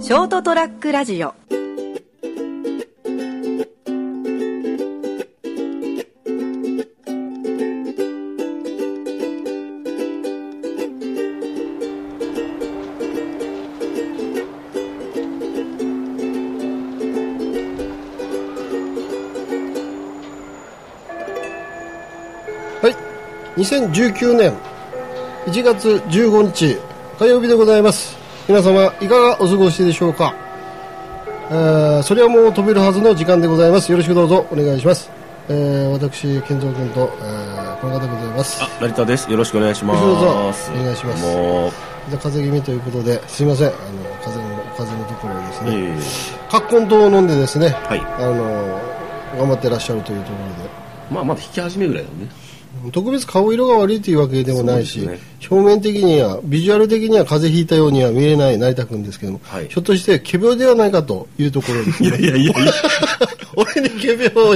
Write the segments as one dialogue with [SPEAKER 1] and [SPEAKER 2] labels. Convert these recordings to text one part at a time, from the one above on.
[SPEAKER 1] ショートトラックラジオ
[SPEAKER 2] はい2019年1月15日火曜日でございます皆様いかがお過ごしでしょうかえーそれはもう飛べるはずの時間でございますよろしくどうぞお願いします、えー、私健三君と、えー、この方でございます
[SPEAKER 3] あ、成田です。よろしくお願いしま
[SPEAKER 2] どう
[SPEAKER 3] す。
[SPEAKER 2] ぞお願いします
[SPEAKER 3] もう、
[SPEAKER 2] じゃあ風邪気味ということですいませんあの風邪の風邪のところをです
[SPEAKER 3] え
[SPEAKER 2] ね
[SPEAKER 3] ー
[SPEAKER 2] 葛根湯を飲んでですね、
[SPEAKER 3] はい
[SPEAKER 2] あの頑張ってらっしゃるというところで
[SPEAKER 3] まあ、まだ引き始めぐらいだね。
[SPEAKER 2] 特別顔色が悪いというわけでもないし、
[SPEAKER 3] そうですね
[SPEAKER 2] 表面的にはビジュアル的には風邪ひいたようには見えない成田君ですけども、
[SPEAKER 3] はい
[SPEAKER 2] ひょっとして仮病ではないかというところです
[SPEAKER 3] い
[SPEAKER 2] ね
[SPEAKER 3] やいやいやいや、
[SPEAKER 2] 俺に仮病を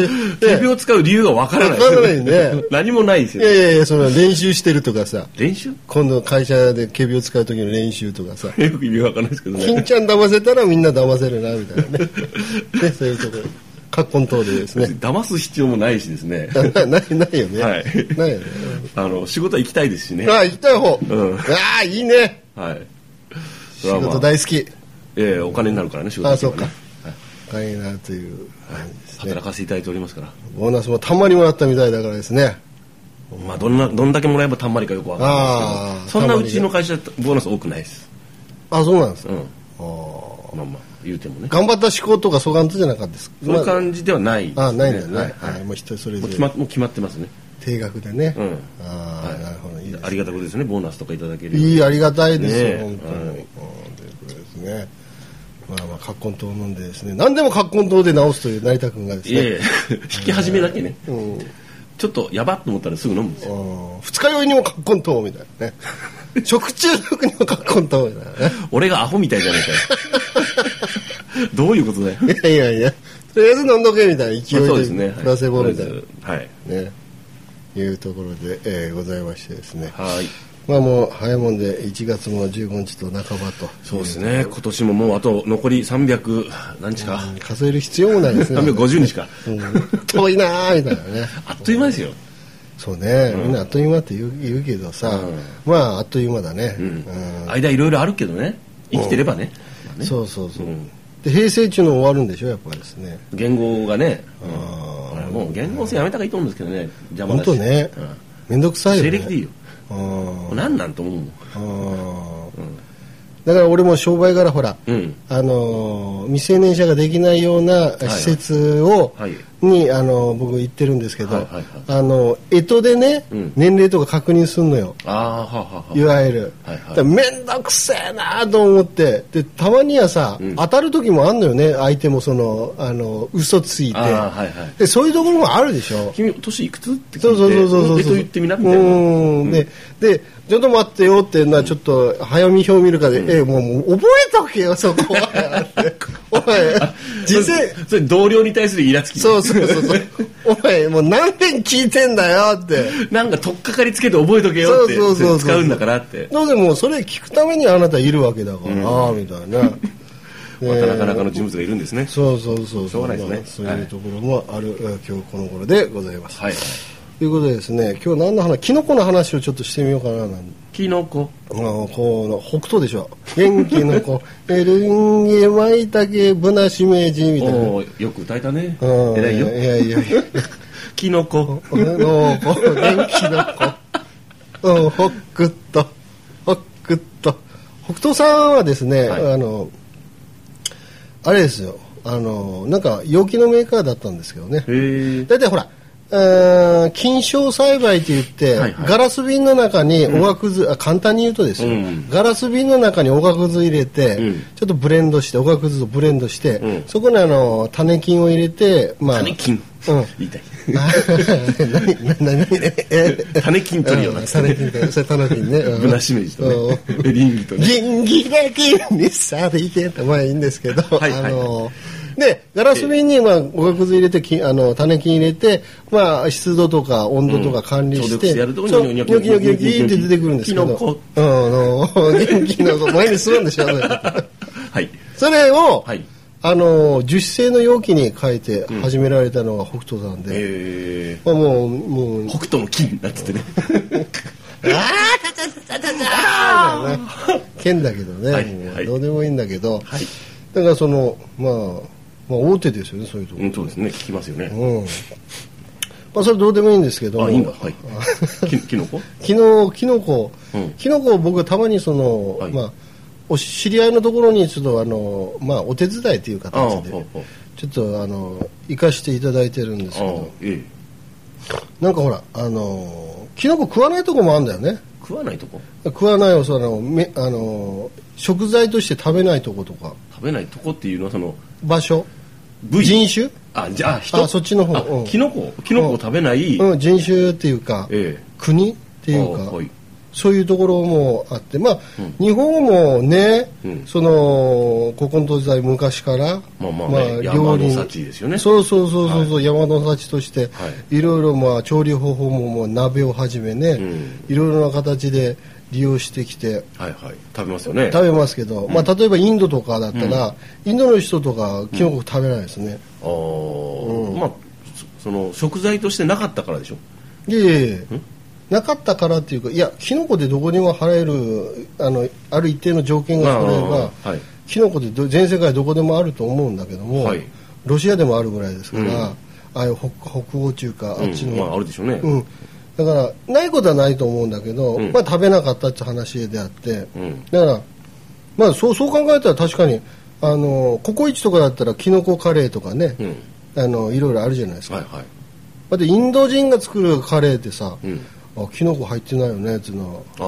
[SPEAKER 3] 指を使う理由がわからない。
[SPEAKER 2] わからないね
[SPEAKER 3] 何もないです
[SPEAKER 2] い
[SPEAKER 3] よ
[SPEAKER 2] や
[SPEAKER 3] ね。
[SPEAKER 2] いやいやその練習してるとかさ
[SPEAKER 3] 練習
[SPEAKER 2] 今度会社で仮病使う時の練習とかさ
[SPEAKER 3] よく意味わからないですけど
[SPEAKER 2] 金
[SPEAKER 3] ね。
[SPEAKER 2] ちゃん騙せたらみんな騙せるなみたい なねねそういうところ葛根湯でですね
[SPEAKER 3] 騙す必要もないしで すね。
[SPEAKER 2] なないないよね、
[SPEAKER 3] はい
[SPEAKER 2] ないよね
[SPEAKER 3] あの、仕事は行きたいですしね。
[SPEAKER 2] ああ行きたい方、
[SPEAKER 3] うん
[SPEAKER 2] ああいいね
[SPEAKER 3] はい。そ
[SPEAKER 2] 仕
[SPEAKER 3] れはまあ
[SPEAKER 2] 事大好き
[SPEAKER 3] ええお金になるからね、仕事
[SPEAKER 2] あ
[SPEAKER 3] は
[SPEAKER 2] あ
[SPEAKER 3] ね
[SPEAKER 2] そうか大変なという感じですね
[SPEAKER 3] 働かせていただいておりますから。
[SPEAKER 2] ボーナスもたんまりもらったみたいだからですね
[SPEAKER 3] まあ、どんな、どんだけもらえばたんまりかよくわからないですけど、
[SPEAKER 2] あー
[SPEAKER 3] そんなうちの会社、ボーナス多くないです。
[SPEAKER 2] あそうなんです
[SPEAKER 3] う
[SPEAKER 2] ね
[SPEAKER 3] ん。
[SPEAKER 2] あー
[SPEAKER 3] まあまあ、言うてもね。
[SPEAKER 2] 頑張った思考とかそういう感じじゃなかったです
[SPEAKER 3] そういう感じではないですね。
[SPEAKER 2] まああないんだよね、
[SPEAKER 3] は
[SPEAKER 2] はいい
[SPEAKER 3] はい
[SPEAKER 2] もう人それぞ
[SPEAKER 3] もう決ま
[SPEAKER 2] れ
[SPEAKER 3] もう決まってますね。
[SPEAKER 2] 定額でね、
[SPEAKER 3] うん
[SPEAKER 2] ああ、
[SPEAKER 3] はい
[SPEAKER 2] なるほどいいです
[SPEAKER 3] ありがたくですね、ボーナスとかいただける。
[SPEAKER 2] いいありがたいですよ、
[SPEAKER 3] ねえ
[SPEAKER 2] 本当に、
[SPEAKER 3] は
[SPEAKER 2] うん
[SPEAKER 3] い
[SPEAKER 2] ということですねまあまあ葛根湯を飲んでですね何でも葛根湯で治すという成田君がです
[SPEAKER 3] いえい
[SPEAKER 2] ね
[SPEAKER 3] え、 引き始めだけね。
[SPEAKER 2] うん
[SPEAKER 3] ちょっとやばっと思ったらすぐ飲むんですよ。
[SPEAKER 2] うん二日酔いにも葛根湯みたいなね食中毒にも葛根湯みたいなね
[SPEAKER 3] 俺がアホみたいじゃないかよ。 どういうことだよ。
[SPEAKER 2] いやいやいや、とりあえず飲んどけみたいな勢い
[SPEAKER 3] まあそうですね。
[SPEAKER 2] で、
[SPEAKER 3] はい
[SPEAKER 2] プラセボみたいな、
[SPEAKER 3] はい。
[SPEAKER 2] ね、いうところで、えーございましてですね。
[SPEAKER 3] はい。
[SPEAKER 2] まあもう早いもんで1月も15日と半ばと。
[SPEAKER 3] そうですね。今年ももうあと残り300、何日か。
[SPEAKER 2] うん数える必要もないですね。
[SPEAKER 3] 350日か。
[SPEAKER 2] うん遠いなーみたいなね。
[SPEAKER 3] あっという間ですよ。
[SPEAKER 2] そうね、みんなあっという間って言う言うけどさ、まああっという間だね。
[SPEAKER 3] うん
[SPEAKER 2] うん
[SPEAKER 3] 間いろいろあるけどね。生きてればね。
[SPEAKER 2] そうそうそう。
[SPEAKER 3] うん
[SPEAKER 2] で平成中の終わるんでしょやっぱりですね。
[SPEAKER 3] 言語がね。うん
[SPEAKER 2] あー
[SPEAKER 3] 俺もう言語性やめた方がいいと思うんですけどね。邪魔
[SPEAKER 2] 本
[SPEAKER 3] だし。
[SPEAKER 2] 当ね
[SPEAKER 3] うん。
[SPEAKER 2] めんどくさいよね。
[SPEAKER 3] 西暦でいいよ。
[SPEAKER 2] うん
[SPEAKER 3] もう何なんと思うもん。
[SPEAKER 2] うんだから俺も商売柄ほら、
[SPEAKER 3] うん
[SPEAKER 2] あのー未成年者ができないような施設を、
[SPEAKER 3] はい
[SPEAKER 2] にあのー僕行ってるんですけど、
[SPEAKER 3] はいはいはい
[SPEAKER 2] あのー干支でね、
[SPEAKER 3] うん
[SPEAKER 2] 年齢とか確認すんのよ
[SPEAKER 3] ああ、はあはあはい
[SPEAKER 2] わゆる、
[SPEAKER 3] はいはい
[SPEAKER 2] だからめんどくせえなと思ってでたまにはさ、
[SPEAKER 3] うん
[SPEAKER 2] 当たる時もあんのよね相手もそのあの嘘ついて、
[SPEAKER 3] あ。ああ、はいはい。
[SPEAKER 2] でそういうところもあるでしょ
[SPEAKER 3] 君年いくつって聞いて
[SPEAKER 2] そうそうそうそうそう
[SPEAKER 3] えっと言ってみなみたいな
[SPEAKER 2] うんででちょっと待ってよっていうのはちょっと早見表見るかで、えもうもう覚えとけよそこは お前
[SPEAKER 3] それ
[SPEAKER 2] 実際
[SPEAKER 3] それ同僚に対するイラつき
[SPEAKER 2] そうそうそうそうお前もう何遍聞いてんだよって
[SPEAKER 3] なんか取っかかりつけて覚えとけよって
[SPEAKER 2] そうそうそうそう
[SPEAKER 3] 使うんだからって
[SPEAKER 2] なぜもうそれ聞くためにあなたいるわけだから、みたいな
[SPEAKER 3] またなかなか
[SPEAKER 2] ね
[SPEAKER 3] の人物がいるんですね
[SPEAKER 2] そうそうそう
[SPEAKER 3] しょうがないですね
[SPEAKER 2] まあそう
[SPEAKER 3] はい
[SPEAKER 2] いうところもある、え今日この頃でございます、
[SPEAKER 3] はい
[SPEAKER 2] ということでですね今日何の話キノコの話をちょっとしてみようかななんて
[SPEAKER 3] キノコ
[SPEAKER 2] あのこの北斗でしょ元気の子エルンゲマイタケブナシメジみたいな
[SPEAKER 3] おーよく歌えたね
[SPEAKER 2] うん
[SPEAKER 3] 偉いよ
[SPEAKER 2] いやいやいや
[SPEAKER 3] キノコ
[SPEAKER 2] あのこう元気の子うん北斗北斗北斗さんはですね、
[SPEAKER 3] はい
[SPEAKER 2] あのあれですよあのなんか陽気のメーカーだったんですけどね
[SPEAKER 3] へえ
[SPEAKER 2] 大体ほらうん菌床栽培といって、
[SPEAKER 3] はいはい
[SPEAKER 2] ガラス瓶の中におがくず、あ簡単に言うとですよ、
[SPEAKER 3] うん
[SPEAKER 2] ガラス瓶の中におがくず入れて、
[SPEAKER 3] うん
[SPEAKER 2] ちょっとブレンドしておがくずとブレンドして、
[SPEAKER 3] うん
[SPEAKER 2] そこにあの種菌を入れて、まあ、
[SPEAKER 3] 種菌
[SPEAKER 2] うん
[SPEAKER 3] 言いたい
[SPEAKER 2] 何 何何何え
[SPEAKER 3] 種菌取るよな
[SPEAKER 2] うん種菌取るそれ種菌ねうん
[SPEAKER 3] ぶなしめじとね
[SPEAKER 2] うん
[SPEAKER 3] エリンギとね
[SPEAKER 2] 銀ギラギにされてってまあいいんですけど、
[SPEAKER 3] はいはいはい
[SPEAKER 2] あのでガラス瓶にまあおがくず入れてきあの種菌入れてまあ湿度とか温度とか管理して、
[SPEAKER 3] うん消毒してやると
[SPEAKER 2] そう
[SPEAKER 3] ニ
[SPEAKER 2] ニョ
[SPEAKER 3] ョキ
[SPEAKER 2] キニ
[SPEAKER 3] ニョ
[SPEAKER 2] ョ
[SPEAKER 3] キ
[SPEAKER 2] キ
[SPEAKER 3] ニョキニョキ
[SPEAKER 2] ギーって出てくるんですけど
[SPEAKER 3] キノコ
[SPEAKER 2] うんあの元気の子前にするんでしょそれ
[SPEAKER 3] はい
[SPEAKER 2] それを、
[SPEAKER 3] はい。
[SPEAKER 2] あの樹脂製の容器に変えて始められたのが北斗さんで、
[SPEAKER 3] え
[SPEAKER 2] まあ、もうもう
[SPEAKER 3] ー、北斗の金だっつってね。
[SPEAKER 2] 剣だけどね、
[SPEAKER 3] はい
[SPEAKER 2] もう
[SPEAKER 3] はい
[SPEAKER 2] どうでもいいんだけど、
[SPEAKER 3] はい
[SPEAKER 2] だからその、まあ、まあ大手ですよねそういうとこ
[SPEAKER 3] うん、そうですね。聞きますよね。
[SPEAKER 2] うんまあ、それどうでもいいんですけども
[SPEAKER 3] あ、いいんだ。はい。 き、きのこ
[SPEAKER 2] 昨日キノコ、
[SPEAKER 3] うん
[SPEAKER 2] キノコを僕はたまにその、
[SPEAKER 3] はい
[SPEAKER 2] まあお知り合いのところにちょっとあのまあお手伝いという形
[SPEAKER 3] ああ、ほう
[SPEAKER 2] で
[SPEAKER 3] ほう。
[SPEAKER 2] ちょっとあの行かしていただいてるんです
[SPEAKER 3] あ
[SPEAKER 2] けど
[SPEAKER 3] あ、ええ。
[SPEAKER 2] なんかほらあのキノコ食わないとこもあるんだよね
[SPEAKER 3] 食わないとこ
[SPEAKER 2] 食わないおそのめあの食材として食べないとことか
[SPEAKER 3] 食べないとこっていうのは、その、
[SPEAKER 2] 場所
[SPEAKER 3] 部位
[SPEAKER 2] 人種
[SPEAKER 3] あ、じゃあ、人
[SPEAKER 2] あそっちの方
[SPEAKER 3] あ
[SPEAKER 2] うん
[SPEAKER 3] キノコキノコを食べない。
[SPEAKER 2] うん、人種っていうか、
[SPEAKER 3] え
[SPEAKER 2] 国って
[SPEAKER 3] え。
[SPEAKER 2] い
[SPEAKER 3] あ
[SPEAKER 2] うか、
[SPEAKER 3] はい。
[SPEAKER 2] そういうところもあってまあ、
[SPEAKER 3] うん
[SPEAKER 2] 日本もね、
[SPEAKER 3] うん
[SPEAKER 2] そのここの土地代昔から、
[SPEAKER 3] まあまあね山の幸ですよね
[SPEAKER 2] そうそうそうそうそう、山の幸として、、
[SPEAKER 3] はい
[SPEAKER 2] ろいろまあ調理方法ももう鍋をはじめね、
[SPEAKER 3] ん
[SPEAKER 2] いろいろな形で利用してきて
[SPEAKER 3] はいはい。食べますよね。
[SPEAKER 2] 食べますけど、まあ、例えばインドとかだったら、インドの人とかキノコ食べないですね、
[SPEAKER 3] ああ、まあそその食材としてなかったからでしょ
[SPEAKER 2] いえいえいえなかったからっていうかいやキノコでどこにも払えるあのある一定の条件が揃えば、
[SPEAKER 3] あーはい
[SPEAKER 2] キノコでど全世界どこでもあると思うんだけども、
[SPEAKER 3] はい
[SPEAKER 2] ロシアでもあるぐらいですから、
[SPEAKER 3] うん
[SPEAKER 2] ああいう北北欧中華あっち
[SPEAKER 3] うん、まああ
[SPEAKER 2] の、
[SPEAKER 3] るでしょうね、
[SPEAKER 2] うんだからないことはないと思うんだけど、
[SPEAKER 3] うん
[SPEAKER 2] まあ、食べなかったって話であって、
[SPEAKER 3] うん
[SPEAKER 2] だから、まあ、そうそう考えたら確かにあのココイチとかだったらキノコカレーとかね、
[SPEAKER 3] うん
[SPEAKER 2] あのいろいろあるじゃないですか
[SPEAKER 3] はいはい
[SPEAKER 2] だってインド人が作るカレーってさ、
[SPEAKER 3] うん
[SPEAKER 2] あキノコ入ってないよねっていうのは
[SPEAKER 3] あ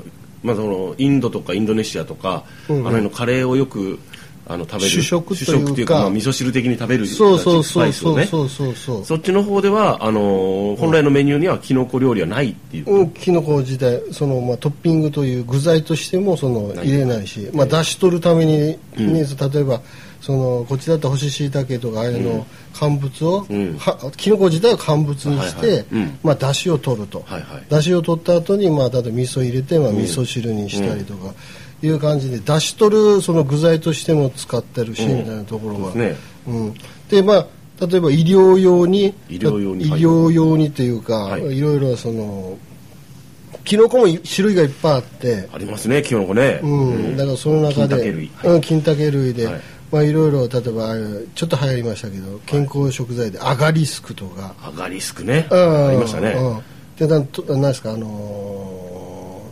[SPEAKER 3] ーまあそのインドとかインドネシアとか、
[SPEAKER 2] うん
[SPEAKER 3] あの辺のカレーをよくあの食べる
[SPEAKER 2] 主食というか
[SPEAKER 3] 主食っていうか、まあ、味噌汁的に食べる
[SPEAKER 2] そうそう
[SPEAKER 3] スパ
[SPEAKER 2] そう
[SPEAKER 3] イスを
[SPEAKER 2] そう
[SPEAKER 3] ね
[SPEAKER 2] そうそうそう
[SPEAKER 3] そっちの方ではあのー本来のメニューにはキノコ料理はないっていう、
[SPEAKER 2] うん、キノコ自体その、まあ、トッピングという具材としてもその入れないし、まあ、出し取るために、ね例えばそのこっちだったら干し椎茸とかああいうのを乾物を、
[SPEAKER 3] うん
[SPEAKER 2] はキノコ自体を乾物にして、
[SPEAKER 3] はいはいうん
[SPEAKER 2] まあ、出汁を取ると、
[SPEAKER 3] はいはい
[SPEAKER 2] 出汁を取った後にまあ、例えば味噌入れて、まあ、味噌汁にしたりとか。いう感じで出し取るその具材としても使ってるし、みたいなところが、
[SPEAKER 3] そうですね
[SPEAKER 2] うん、でまあ例えば医療用に
[SPEAKER 3] 医療用に
[SPEAKER 2] 医療用にというか、
[SPEAKER 3] はい
[SPEAKER 2] いろいろそのキノコもい種類がいっぱいあって、
[SPEAKER 3] ありますねキノコね、
[SPEAKER 2] うんだからその中で
[SPEAKER 3] 金竹類はい
[SPEAKER 2] うん、金竹類で、
[SPEAKER 3] はい
[SPEAKER 2] いまあ、いろいろ例えばああいうちょっと流行りましたけど健康食材でアガリスクとか、
[SPEAKER 3] アガリスクね
[SPEAKER 2] うん
[SPEAKER 3] ありましたね、
[SPEAKER 2] うんでなんとなんですかあの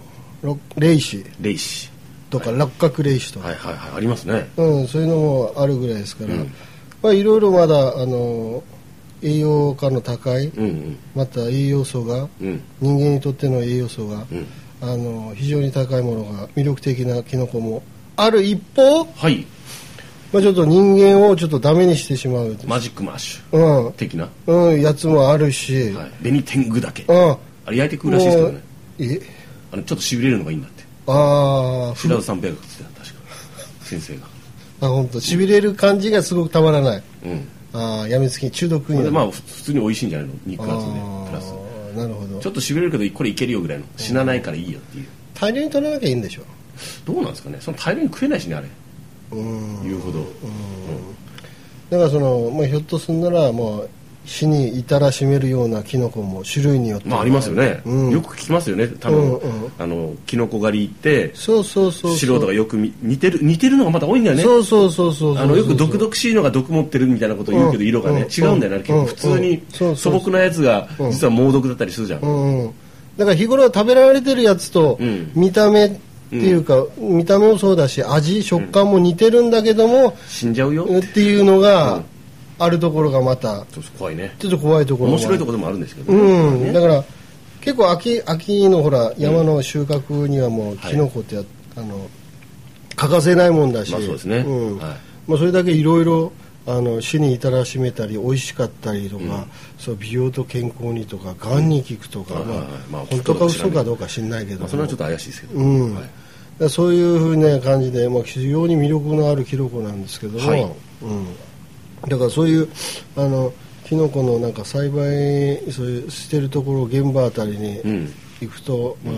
[SPEAKER 2] ーろ霊子
[SPEAKER 3] レイシ
[SPEAKER 2] とか、六角霊子とか、
[SPEAKER 3] はいはいはいありますね
[SPEAKER 2] うん、そういうのもあるぐらいですから、
[SPEAKER 3] うん
[SPEAKER 2] まあ、いろいろまだあの栄養価の高い、
[SPEAKER 3] うん
[SPEAKER 2] また栄養素が、
[SPEAKER 3] うんうん
[SPEAKER 2] 人間にとっての栄養素が、
[SPEAKER 3] うん
[SPEAKER 2] あの非常に高いものが魅力的なキノコもある一方、
[SPEAKER 3] はい
[SPEAKER 2] まあ、ちょっと人間をちょっとダメにしてしまう、
[SPEAKER 3] マジックマッシュ
[SPEAKER 2] うん
[SPEAKER 3] 的な、
[SPEAKER 2] うん、やつもあるし、
[SPEAKER 3] はい、紅天狗だけ
[SPEAKER 2] うん
[SPEAKER 3] あれ焼いて食うらしいですけどね
[SPEAKER 2] もうえ
[SPEAKER 3] あのちょっとしびれるのがいいんだって
[SPEAKER 2] ああふ
[SPEAKER 3] 白田三平が食ってた確か先生が
[SPEAKER 2] あ本当しびれる感じがすごくたまらない
[SPEAKER 3] うん
[SPEAKER 2] ああやみつきに中毒
[SPEAKER 3] こ
[SPEAKER 2] に
[SPEAKER 3] れ
[SPEAKER 2] な
[SPEAKER 3] で
[SPEAKER 2] る
[SPEAKER 3] まあふ普通に美味しいんじゃないの肉
[SPEAKER 2] あ
[SPEAKER 3] 厚でプラス
[SPEAKER 2] ーなるほど
[SPEAKER 3] ちょっとしびれるけどこれいけるよぐらいの死なないからいいよっていう
[SPEAKER 2] 大量に取らなきゃいいんでしょ
[SPEAKER 3] どうなんですかねその大量に食えないしねあれ
[SPEAKER 2] うん
[SPEAKER 3] 言うほど
[SPEAKER 2] だからその、まあ、ひょっとすんならもう死に至らしめるようなキノコも種類によって
[SPEAKER 3] まあありますよね、
[SPEAKER 2] うん
[SPEAKER 3] よく聞きますよね多分、
[SPEAKER 2] うんうん
[SPEAKER 3] あのキノコ狩り行って
[SPEAKER 2] そうそうそうそう
[SPEAKER 3] 素人がよくみ似てる似てるのがまた多いんだよね
[SPEAKER 2] そうそうそうそうそう
[SPEAKER 3] あのよく毒々しいのが毒持ってるみたいなことを言うけど
[SPEAKER 2] うん
[SPEAKER 3] 色がね違
[SPEAKER 2] うん
[SPEAKER 3] うんだよね結
[SPEAKER 2] うん
[SPEAKER 3] 構普通に
[SPEAKER 2] そう
[SPEAKER 3] 素
[SPEAKER 2] そう
[SPEAKER 3] 朴なやつが
[SPEAKER 2] うん
[SPEAKER 3] 実は猛毒だったりするじゃん、
[SPEAKER 2] うんうんだから日頃食べられてるやつと
[SPEAKER 3] うん
[SPEAKER 2] 見た目っていうか、見た目もそうだし味食感も似てるんだけども、
[SPEAKER 3] 死んじゃうよ
[SPEAKER 2] うんっていうのがあるところがまた
[SPEAKER 3] そうそう怖いね
[SPEAKER 2] ちょっと怖いところも
[SPEAKER 3] 面
[SPEAKER 2] ある
[SPEAKER 3] 白いところでもあるんですけど、
[SPEAKER 2] うん、
[SPEAKER 3] ね
[SPEAKER 2] だから結構秋秋のほら山の収穫にはもうキノコってや、あの欠かせないもんだし、
[SPEAKER 3] まあそうですね
[SPEAKER 2] ん
[SPEAKER 3] はい
[SPEAKER 2] まあ、それだけいろいろあの死に至らしめたり美味しかったりとか、そう美容と健康にとかがんに効くとか、
[SPEAKER 3] うん
[SPEAKER 2] まあ
[SPEAKER 3] はいはいまあ
[SPEAKER 2] 本当か嘘かどうか知んないけど、
[SPEAKER 3] まあ、それはちょっと怪しいですけど、
[SPEAKER 2] うん
[SPEAKER 3] はい
[SPEAKER 2] だからそういうふうな感じで、まあ、非常に魅力のあるキノコなんですけども、
[SPEAKER 3] はい
[SPEAKER 2] うん、だからそういうあのキノコのなんか栽培そういうしてるところ現場あたりに
[SPEAKER 3] うん
[SPEAKER 2] 行くと、まあ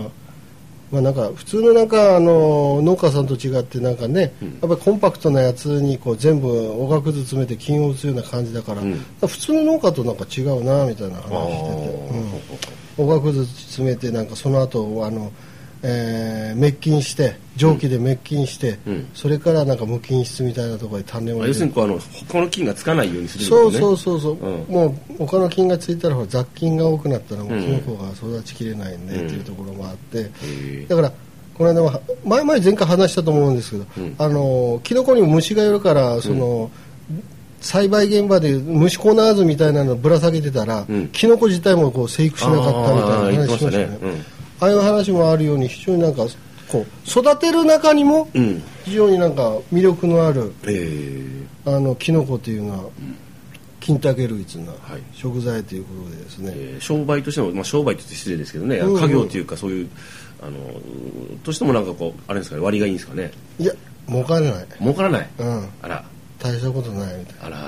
[SPEAKER 2] まあ、なんか普通のなんかあの農家さんと違ってなんかね、やっぱりコンパクトなやつにこう全部おがくず詰めて金を打つような感じだから、
[SPEAKER 3] うん
[SPEAKER 2] 普通の農家となんか違うなみたいな
[SPEAKER 3] あ
[SPEAKER 2] 話してて、
[SPEAKER 3] あ
[SPEAKER 2] おがくず詰めてなんかその後あの、えー、滅菌して蒸気で滅菌して、
[SPEAKER 3] うん
[SPEAKER 2] それからなんか無菌室みたいなところで種を
[SPEAKER 3] まあ
[SPEAKER 2] 入れて
[SPEAKER 3] 要するにこうあの他の菌がつかないようにするんだ
[SPEAKER 2] そ
[SPEAKER 3] よ
[SPEAKER 2] う
[SPEAKER 3] ね
[SPEAKER 2] そうそうそう、
[SPEAKER 3] うん
[SPEAKER 2] もう他の菌がついたらほら雑菌が多くなったらもううんキノコが育ちきれないねっていうところもあって、
[SPEAKER 3] へえ
[SPEAKER 2] だからこの間は前々前回話したと思うんですけど、
[SPEAKER 3] ん
[SPEAKER 2] あのキノコにも虫がいるからその、栽培現場で虫コナーズみたいなのぶら下げてたら、
[SPEAKER 3] うん
[SPEAKER 2] キノコ自体もこう生育しなかったみたいな話しましたよね
[SPEAKER 3] あー言ってましたねうん
[SPEAKER 2] ああいう話もあるように非常になんかこう育てる中にも
[SPEAKER 3] うん
[SPEAKER 2] 非常になんか魅力のある、
[SPEAKER 3] ええ
[SPEAKER 2] あのキノコというのは金竹類というのはい食材ということでですね、
[SPEAKER 3] えー商売としても、まあ、商売として失礼ですけどね、
[SPEAKER 2] うんうん
[SPEAKER 3] 家業というかそういうあのうんとしてもなんかこうあれですかね割がいいんですかね
[SPEAKER 2] いや儲からない、
[SPEAKER 3] 儲からない、
[SPEAKER 2] うん、
[SPEAKER 3] あら
[SPEAKER 2] 大したことないみたい
[SPEAKER 3] あら
[SPEAKER 2] な、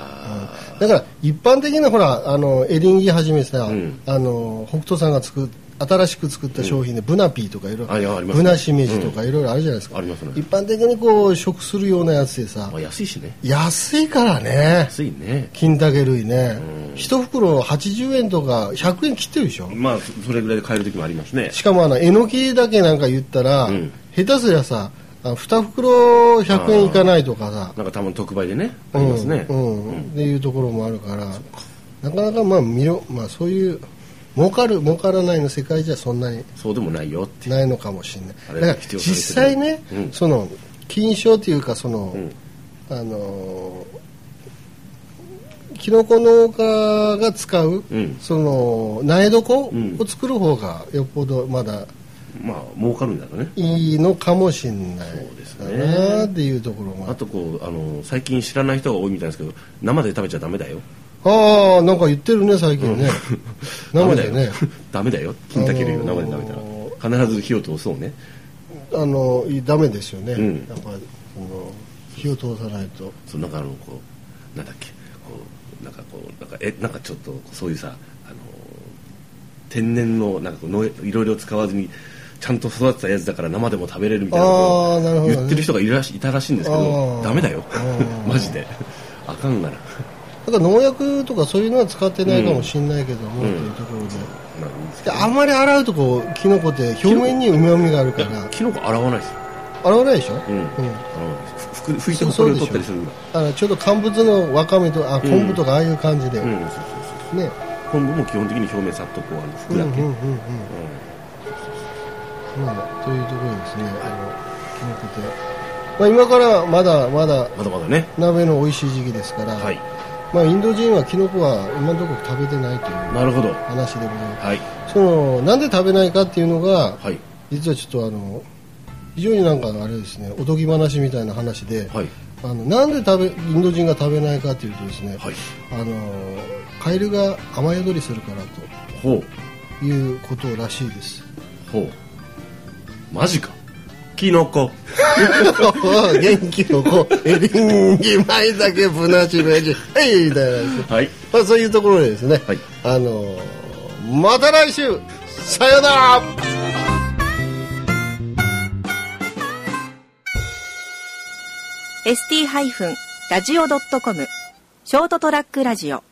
[SPEAKER 3] ー、
[SPEAKER 2] だから一般的なほらあのエリンギはじめさ、
[SPEAKER 3] ん
[SPEAKER 2] あの北斗さんが作っ新しく作った商品で、ブナピーとかいろい
[SPEAKER 3] あいやあります
[SPEAKER 2] ブナシメジとかいろいろあるじゃないですか、
[SPEAKER 3] ありますね
[SPEAKER 2] 一般的にこう食するようなやつでさ
[SPEAKER 3] まあ、安いしね
[SPEAKER 2] 安いからね
[SPEAKER 3] 安いね
[SPEAKER 2] 金竹類ね、
[SPEAKER 3] うん
[SPEAKER 2] 一袋80円とか100円切ってるでしょ、
[SPEAKER 3] まあそそれぐらいで買える時もありますね
[SPEAKER 2] しかもあのえのきだけなんか言ったら、
[SPEAKER 3] うん
[SPEAKER 2] 下手すりゃさあ2袋100円いかないとかさ
[SPEAKER 3] なんかたまに特売でねあ
[SPEAKER 2] う
[SPEAKER 3] り
[SPEAKER 2] ん
[SPEAKER 3] ますね、
[SPEAKER 2] うんっていうところもあるからなかなかまあ見ろ、まあ、そういう儲かる儲からないの世界じゃそんなに
[SPEAKER 3] そうでもないよって
[SPEAKER 2] ないのかもしれ
[SPEAKER 3] あ
[SPEAKER 2] ない
[SPEAKER 3] れ
[SPEAKER 2] だ
[SPEAKER 3] が
[SPEAKER 2] から
[SPEAKER 3] 必要
[SPEAKER 2] 実
[SPEAKER 3] とされてる
[SPEAKER 2] 際ね、
[SPEAKER 3] うん
[SPEAKER 2] その金賞というかその、
[SPEAKER 3] うん
[SPEAKER 2] あのーキノコ農家が使う、
[SPEAKER 3] うん
[SPEAKER 2] その苗床を
[SPEAKER 3] うん
[SPEAKER 2] 作る方がよっぽどまだ
[SPEAKER 3] まあ儲かるんだろうね
[SPEAKER 2] いいのかもしれない
[SPEAKER 3] そうです
[SPEAKER 2] だ
[SPEAKER 3] ね
[SPEAKER 2] なっていうところもあ
[SPEAKER 3] あ
[SPEAKER 2] って
[SPEAKER 3] とこうあの最近知らない人が多いみたいですけど生で食べちゃダメだよ
[SPEAKER 2] ああなんか言ってるね最近ね、生でね
[SPEAKER 3] ダメだよ ダメだよ金竹類を生で食べたら、
[SPEAKER 2] あの
[SPEAKER 3] 必ず火を通そうね
[SPEAKER 2] あのダメですよね、
[SPEAKER 3] うん
[SPEAKER 2] やっぱりその火を通さないと
[SPEAKER 3] そうなんかあのこうなんだっけこうなんかこうなんかえなんかちょっとそういうさあの天然のなんかこう農薬いろいろ使わずにちゃんと育てたやつだから生でも食べれるみたいなこと
[SPEAKER 2] あーなるほど
[SPEAKER 3] を
[SPEAKER 2] ね
[SPEAKER 3] 言ってる人がいるらしいたらしいんですけ
[SPEAKER 2] あ
[SPEAKER 3] ど
[SPEAKER 2] ー
[SPEAKER 3] ダメだよ
[SPEAKER 2] あー
[SPEAKER 3] マジであかんがな
[SPEAKER 2] だから農薬とかそういうのは使ってないかもしれないけども、っていうところで
[SPEAKER 3] なんですけ
[SPEAKER 2] で
[SPEAKER 3] ど
[SPEAKER 2] あんまり洗うとこうキノコって表面にうまみがあるから
[SPEAKER 3] キノコ洗わないですよ、
[SPEAKER 2] 洗わないでしょ、
[SPEAKER 3] うん
[SPEAKER 2] うん
[SPEAKER 3] 洗わないですふふ拭いてほこりを取ったりするぐら
[SPEAKER 2] あ
[SPEAKER 3] い
[SPEAKER 2] のちょっと乾物のわかめとあ昆布とかああいう感じで、
[SPEAKER 3] うん
[SPEAKER 2] ね
[SPEAKER 3] そうそうそう昆布も基本的に表面さっとこうあの
[SPEAKER 2] うんう
[SPEAKER 3] 拭くだ
[SPEAKER 2] ん
[SPEAKER 3] け、
[SPEAKER 2] う
[SPEAKER 3] うん
[SPEAKER 2] んうんまあ、というところですね、あの、決めてて。まあ、今からまだまだ
[SPEAKER 3] まだまだね
[SPEAKER 2] 鍋の美味しい時期ですから、
[SPEAKER 3] はい
[SPEAKER 2] まあ、インド人はキノコは今のところ食べてないという
[SPEAKER 3] なるほどは
[SPEAKER 2] 話でございます。
[SPEAKER 3] い
[SPEAKER 2] その、なんで食べないかっていうのが、
[SPEAKER 3] はい
[SPEAKER 2] 実はちょっとあの、非常になんかあれですね、おとぎ話みたいな話で、
[SPEAKER 3] はい
[SPEAKER 2] あのなんで食べインド人が食べないかというとですね、
[SPEAKER 3] はい
[SPEAKER 2] あのカエルが雨宿りするから
[SPEAKER 3] ほう
[SPEAKER 2] ということらしいです。
[SPEAKER 3] ほうマジかキノコ
[SPEAKER 2] 元気の子、エリンギ、マイタケ、ブナシメジ、はい、みたいな。
[SPEAKER 3] はい
[SPEAKER 2] まあそういうところでですね、
[SPEAKER 3] はい
[SPEAKER 2] あのーまた来週、さよなら
[SPEAKER 1] ST-radio.com ショートトラックラジオ